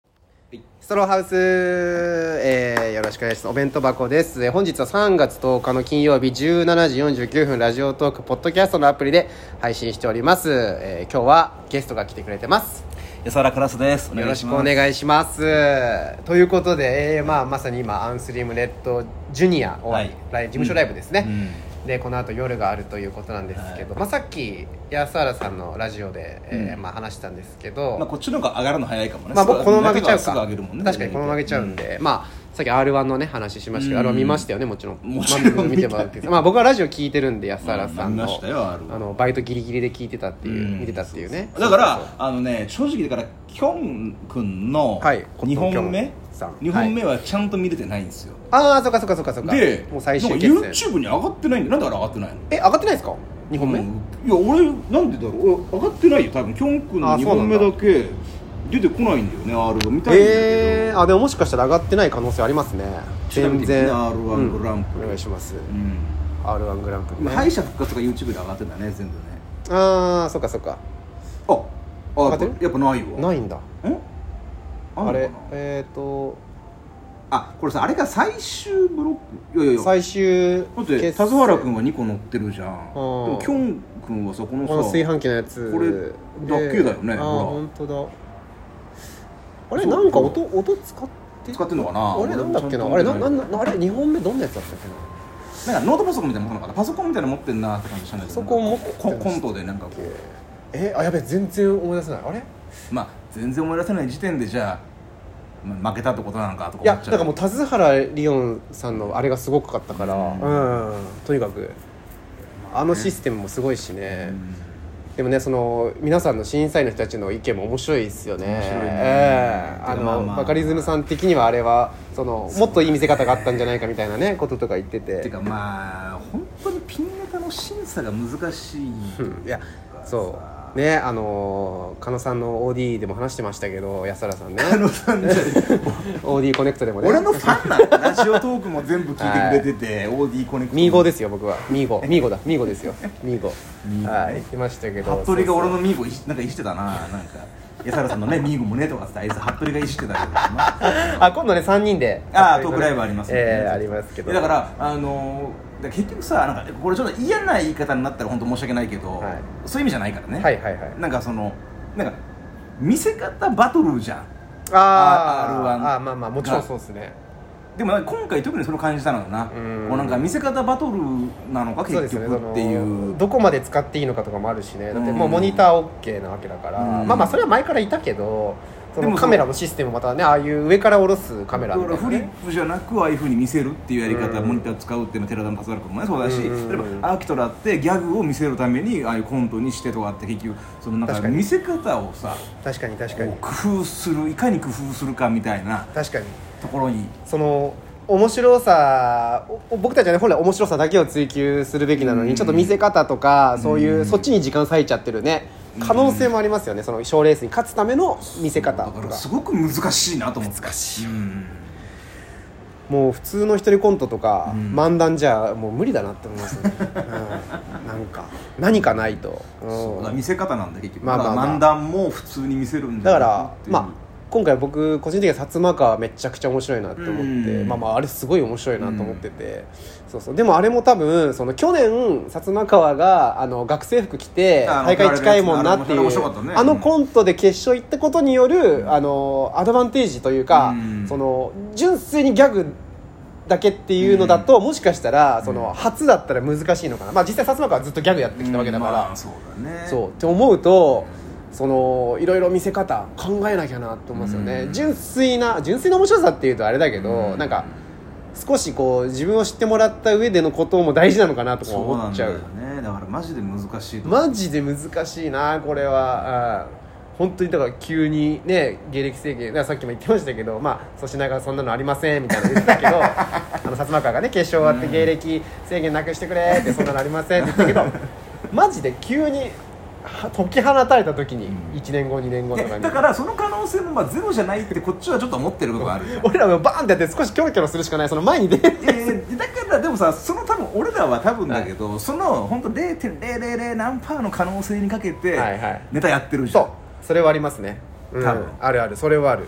はいストローハウス、えーよろしくお願いします。お弁当箱です。えー本日は3月10日の金曜日17時49分、ラジオトーク、ポッドキャストのアプリで配信しております。えー今日はゲストが来てくれてます。安原カラスです。よろしくまおす願いします。ということで、えーまあ、まさに今、アンスリムレッドジュニアを、はい来事務所ライブですね。うんでこの後夜があるということなんですけど、まあ、さっき安原さんのラジオで、えーうんまあ、話したんですけど、まあこっちの方が上がるの早いかもね。まあ、僕このまま上げちゃうすぐか上げるもんね。確かにこのまま上げちゃうんで、まあさっき r 1のね話しましたけど、うん r 1見ましたよねもちろんもちろんまあ見てもらってまあ僕はラジオ聞いてるんで安原さんまの,、あ見ましたよ R1 あのバイトギリギリで聞いてたってういん。う、見てたっていうねだかそうそうらあのね正直だからキョン君のはい二本キョ目ンさん二本目はちゃんと見れてないんですよ。そうああそっかそっかそっかそっかで、もう最終な決んか戦 YouTube に上がってないんでなんであれ上がってないの？え上がってないですか2本目、うんいや俺なんでだろう俺上がってないよ多分キョン君あの二そうな本んだ目だけ出てこないんだよね R が見たいんだけど。えー、あでももしかしたら上がってない可能性ありますね調べてみ全て然 R1 グランプうんリお願いしますうん r 1グランプリ、まあ敗者復活が YouTube で上がってんだね全部ね。ああそっかそっかあ、あ上がってるやっぱないわないんだえああれれえっ、とあこれさあれが最終ブロックいやいやいや最終だって決田津原君は2個乗ってるじゃんでーもきょん君はさこのこのさ炊飯器のやつこれだけだよねあーほら本当だあれそうなんか音音使って使ってんのかなあれなんだっけなあ俺れもちなゃんとんなんあれ2本目どんなやつだったっけななんかノートパソコンみたいなの持ってなかったパソコンみたいなの持ってんなって感じしたんだけどそこ持ってましたココントでなんかこうえあやべ全然思い出せないあれいまあ全然思い出せない時点でじゃあ、まあ、負けたってことなのかとか思やっちゃうなんかもう田津原理音さんのあれがすごかったからうんうんとにかくあのシステムもすごいしうねんでもねその皆さんの審査員の人たちの意見も面白いですよね面白いねええあの、まあまあバカリズムさん的にはあれはそ のもっといい見せ方があったんじゃないかみたいなねこととか言ってて てかまあ本当にピンネタの審査が難しいうんいやそうねあの狩野さんの OD でも話してましたけど安原さんねあのさんじゃ OD コネクトでもね俺のファンなのラジオトークも全部聞いてくれてて、OD コネクトミーゴですすよ僕はミーゴミーゴだミーゴですよミーゴミーゴはい言ってましたけど服部が俺そうのミーゴいじなんかいじってたななんか安原さんのねミーゴもねとかっつってあいつ服部がいじってたけど、まあそうあ今度ね三人であートークライブありますねええありますけど いやだからあのーだから結局さなんかこれちょっと嫌な言い方になったら本当申し訳ないけど、はいそういう意味じゃないからね、はいはいはいなんかそのなんか見せ方バトルじゃんあー R- R1 あーまあまあもちろんそうですねでもなんか今回特にそれを感じたのよなうんこうなんか見せ方バトルなのかそうで結すよねそ局のっていうどこまで使っていいのかとかもあるしねだってうんもうモニター OK なわけだからうんまあまあそれは前からいたけどそでのもそのカメラのシステムまたねああいう上から下ろすカメラみただいかならフリッねプじゃなくああいうふうに見せるっていうやり方、うんモニター使うっていうのは寺田の達原君もねそうだし、うん例えばアーキトラってギャグを見せるためにああいうコントにしてとかって結局そのなん確かかに見せ方をさ確かに確こかうに工夫するいかに工夫するかみたいな確かにところにその面白さお僕たちはね本来面白さだけを追求するべきなのに、うんちょっと見せ方とかそういう、うんそっちに時間割いちゃってるね可能性もありますよねその賞レースに勝つための見せ方だとかからすごく難しいなと思って難しい、うんもう普通の一人コントとか、うん漫談じゃもう無理だなって思います よね、うんなんか何かないと、うんそうだ見せ方なんだ結局、まあまあまあだから漫談も普通に見せるんだかならくっていうまあ今回僕個人的には薩摩川めちゃくちゃ面白いなって思って、うんまあまああれすごい面白いなと思ってて、そうそうでもあれも多分その去年薩摩川があの学生服着てあの大会近いもんなっていあれ面う白かったねあのコントで決勝行ったことによるあのアドバンテージというか、うんその純粋にギャグだけっていうのだと、もしかしたらその初だったら難しいのかな、まあ、実際薩摩川はずっとギャグやってきたわけだから、うんまあそうだねそうって思うとそのいろいろ見せ方考えなきゃなと思うんですよね、うん純粋な純粋な面白さっていうとあれだけど、うんなんか少しこう自分を知ってもらった上でのことも大事なのかなとかそうな思っんちだゃようねだからマジで難しいと思うマジで難しいなこれは、うん本当にだから急にね芸歴制限だからさっきも言ってましたけどまあ粗品がそんなのありませんみたいなの言ってたけ どあの薩摩川がね決勝終わって芸歴制限なくしてくれってそんなのありませんって言ったけどマジで急には解き放たれた時にうん1年後2年後とかでにだからその可能性もまあゼロじゃないってこっちはちょっと思ってる部分あるじゃんい俺らもバーンってやって少しキョロキョロするしかないその前に出るやいやだからでもさその多分俺らは多分だけど、その本当0.000何パーの可能性にかけてはいはいネタやってるじゃん、そうそれはありますね、うん、多分あるあるそれはある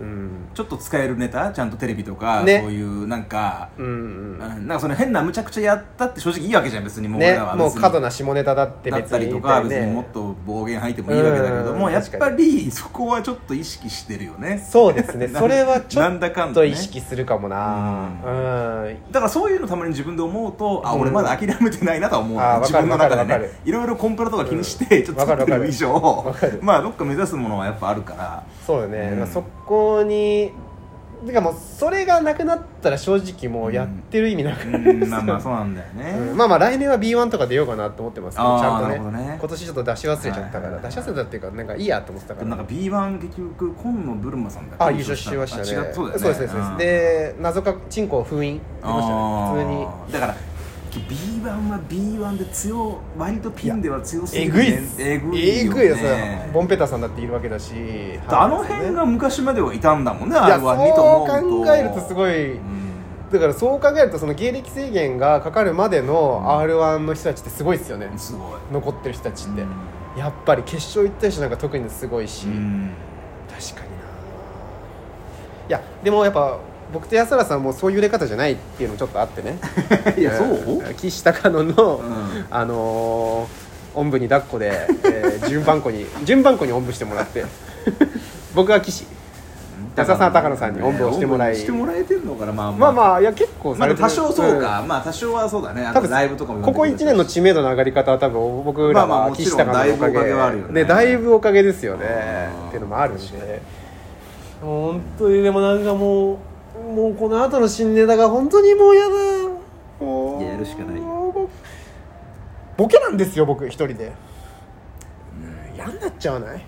うんちょっと使えるネタちゃんとテレビとか、ねそういうなんか、うんうんなんかその変なむちゃくちゃやったって正直いいわけじゃん別にもう俺ねらは、もう別に過度な下ネタだってだっ別たにりと言いたかいね別にもっと暴言吐いてもいいわけだけどもうんやっぱりそこはちょっと意識してるよねそうですね なんそれはちょなんだかっんとだね意識するかもなうん、だからそういうのたまに自分で思うとあうん俺まだ諦めてないなとは思うあーわ自かる分の中でわかるわかねいろいろコンプラとか気にしてちょっと作ってる以わ上かる まあどっか目指すものはやっぱあるからそうだね、うんまあそこにてかもうそれがなくなったら正直もうやってる意味なくうなるんですんまよ、 あまあそうなんだようんねまあまあ来年は B1 とか出ようかなと思ってますけあどーちゃんとなるほどねね今年ちょっと出し忘れちゃったから、はいはいはい出し忘れたっていうかなんかいいやと思ってたかでらもなんか B1 結局今野ブルマさんだっけあ優勝しましたねあ違うそうだでよねすそうですで謎かチンコを封印出ましたあねー普通にだから B1 は B1 で強割とピンでは強すぎえるぐいっねすえぐえいよぐいですねボンペタさんだっているわけだしあの辺が昔まではいたんだもんねいや R1 にと思そううと考えるとすごういんだからそう考えるとその芸歴制限がかかるまでの r 1の人たちってすごいですよね、すごい残ってる人たちって、うんやっぱり決勝行った人なんか特にすごいし、うん確かにな。いやでもやっぱ僕と安原さんもそういう入れ方じゃないっていうのもちょっとあってねいやそえうー岸高野の、うんあのー、おんぶに抱っこで、えー順番子に順番子におんぶしてもらって 僕は岸安田さん高野さんにおんぶをしてもらいおんぶしてもらえてんのかなまあまああまあいや結構まさあれでてもる多少そうかまあ多少はそうだねあ多の分ライブとかもここ1年の知名度の上がり方は多分僕らまあまはあもち岸ろん高野のおかげ,、だいぶおかげはあるよねだいぶおかげですよねうんっていうのもあるんでもう本当にでもなんかもうもうこの後の新ネタが本当にもう嫌だもういややるしかないもうボケなんですよ僕一人で嫌になっちゃわない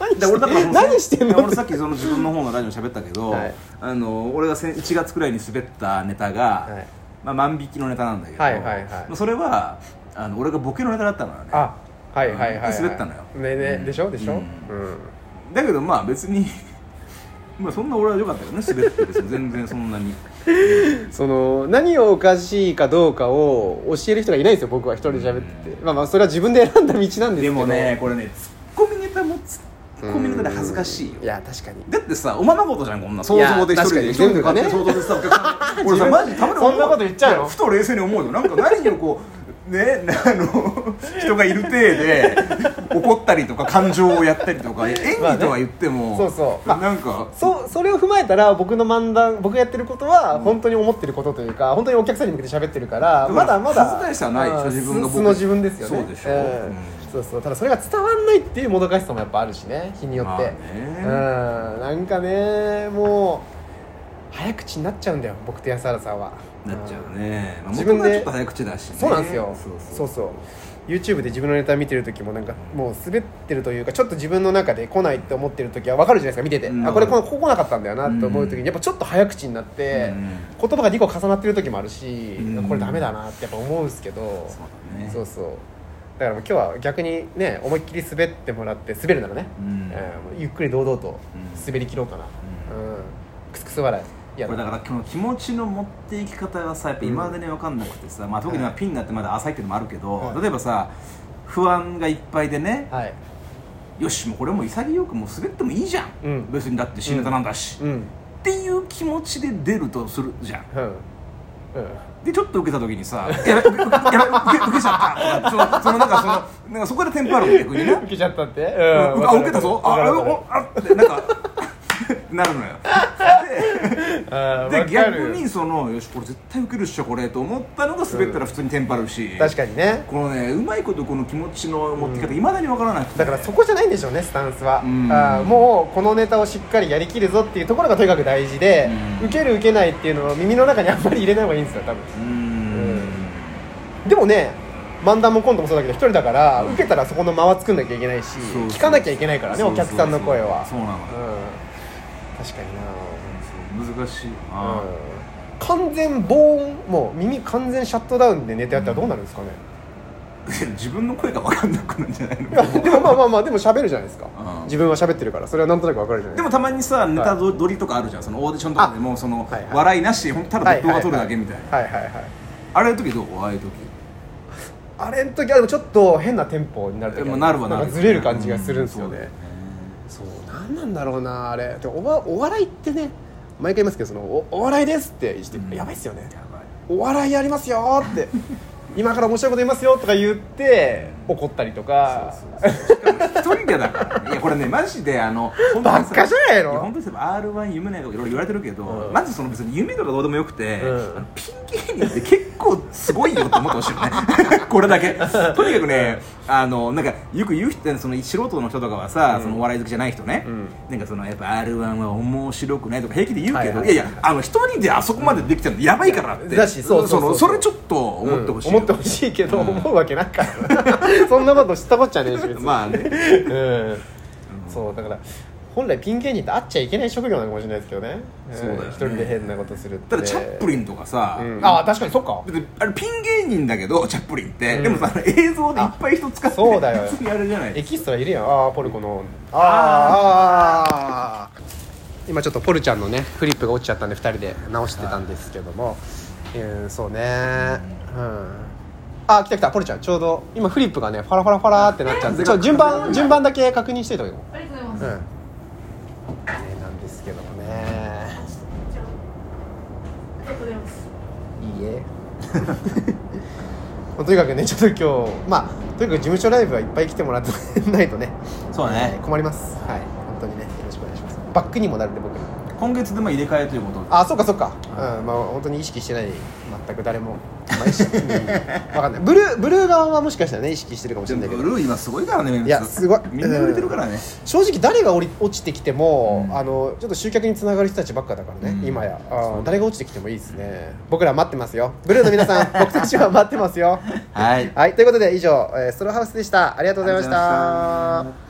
何してで俺だからもう何してんの俺さっきその自分の方のラジオで喋ったけど、はいあの俺がせん1月くらいに滑ったネタが、はいまあ、万引きのネタなんだけど、はいはいはいまあそれはあの俺がボケのネタだったのよねあはいはいはい、はい、滑ったのよねねでしょでしょ、うんうんだけどまあ別に まあそんな俺は良かったよね滑って別に全然そんなにその何をおかしいかどうかを教える人がいないんですよ僕は一人で喋っててまあまあそれは自分で選んだ道なんですけどでもねこれねツッコミネタもツッコミネタで恥ずかしいよいや確かにだってさおままごとじゃんこんな想像で一人いでや一人で確かに勝手に 想像でさお客さん俺さマジたまに思うそんなこと言っちゃうのいやふと冷静に思うよなんか何をこうね あの人がいる体で怒ったりとか感情をやったりとか演技とは言っても、そうそうまあなんかそそれを踏まえたら僕の漫談僕がやってることは本当に思ってることというか、本当にお客さんに向けて喋ってるからだまからだまだ恥ずかしさはないでしょうん自分が素僕素の自分ですよねそうでしょええそうそうただそれが伝わんないっていうもどかしさもやっぱあるしね日によって、うんなんかねもう早口になっちゃうんだよ僕と安原さんはなっちゃうね、まあ、自自分で分でちょっと早口だし、ね、そうなんですよそうそそううそう YouTube で自分のネタ見てる時もなんかもう滑ってるというかちょっと自分の中で来ないって思ってる時は分かるじゃないですか見てて、うんあこれこのここ来なかったんだよなと思う時にやっぱちょっと早口になって、言葉が2個重なってる時もあるし、うんこれダメだなってやっぱ思うんですけどそうだねそうそうだからもう今日は逆にね思いっきり滑ってもらって滑るならね、うんえーもうゆっくり堂々とうん滑り切ろうかな、うんクスクス笑いいやこれだからこの気持ちの持っていき方がさやっぱいまだに分かんなくてさ、まあ、特にまあはいピンになってまだ浅いっていうのもあるけど、はい例えばさ不安がいっぱいでね、はいよしもうこれもう潔くもう滑ってもいいじゃん、うん別にだって新ネタなんだし、うんうんっていう気持ちで出るとするじゃんうんでちょっと受けた時にさ「や べやべ受け受けちゃった」とかそのそのなんかそのなんかそこでテンパるの逆にね受けちゃったって、うんあ受けたぞあわかあるあわあってなんか なるのよかるでわかる逆にそのよしこれ絶対受けるっしょこれと思ったのが滑ったら普通にテンパるし、確かにねこのねうまいことこの気持ちの持ってき方いまだに分からなくてだからそこじゃないんでしょうねスタンスは、うんあーもうこのネタをしっかりやりきるぞっていうところがとにかく大事で、うん受ける受けないっていうのを耳の中にあんまり入れない方がいいんですよ多分うーんでもね漫談もコントもそうだけど一人だから受けたらそこの間は作んなきゃいけないしそうそう聞かなきゃいけないからねそうおそうそう客さんの声はそうなのようん、確かになそう難しいよな、完全防音もう耳完全シャットダウンでネタやったらどうなるんですかね、 自分の声が分かんなくなるんじゃな いいやのでもまあまあまあでも喋るじゃないですか、うん自分は喋ってるからそれはなんとなくわかるじゃないでですもかたまにさネタど撮りとかあるじゃんそのオーディションとかでもその、はいはい笑いなしほんとただ動画撮るだけみたいな、はいはいはいあれの時どうああいう時あれの時はでもちょっと変なテンポになる時ありままあすなるわなるんかずれる感じがするんですよね、うそうだそう何なんだろうなあれでおばお笑いってね毎回言いますけどそのおお笑いですって言って、うんやばいっすよねやばいお笑いやりますよって 今から面白いこと言いますよとか言って怒ったりとか一人でだからねいやこれねマジであのバカじゃないのや本当にさ r 1夢ないとかいろいろ言われてるけど、うんまずその別に夢とかどうでもよくて、うんあのピン芸人って結構すごいよって思ってほしいよね これだけとにかくねあのなんかよく言う人ってその素人の人とかはさ、そのお笑い好きじゃない人ね、うんなんかそのやっぱ r 1は面白くないとか平気で言うけど、はいはいいやいやあの一人であそこまでできちゃうのやばいからってだしそうそうそうのそれちょっと思ってほしいよ、うん思ってほしいけど、思うわけないからそんなこと知ったこっ ちゃねえし別に、まあねうん、そうだから本来ピン芸人ってあっちゃいけない職業なのかもしれないですけどねそうだよねん一人で変なことするってただチャップリンとかさ、うんああ確かにそっかだってあれピン芸人だけどチャップリンって、うんでもさ映像でいっぱい人使ってそうだよ普通にあれじゃないエでキストラいるやんああポルコのあーあー今ちょっとポルちゃんのねフリップが落ちちゃったんで2人で直してたんですけども、えーそうねうんあ来た来たポルちゃんちょうど今フリップがねファラファラファラってなっち ゃってちょ順番順番だけ確認していたけどありがとうごうざんいねまなんですけどもねす。じゃあありがとうございます。いいえ とにかくねちょっと今日まあとにかく事務所ライブはいっぱい来てもらってないとねそうねえー困りますはい本当にねよろしくお願いしますバックにもなるんで僕に今月でも入れ替えということあそうかそうか、うんまあ本当に意識してない全く誰も、まあ、意識うん分かんないブルーブルー側はもしかしたらね意識してるかもしでれないもけブどルー今すごいからねメンツいやすごいみんな売れてるからね、正直誰が降り落ちてきても、うんあのちょっと集客につながる人たちばっかだからね、うん今やあー誰が落ちてきてもいいですね僕ら待ってますよブルーの皆さ ん僕たちは待ってますよはいはいということで以上、えーストローハウスでしたありがとうございましありがとうございましたた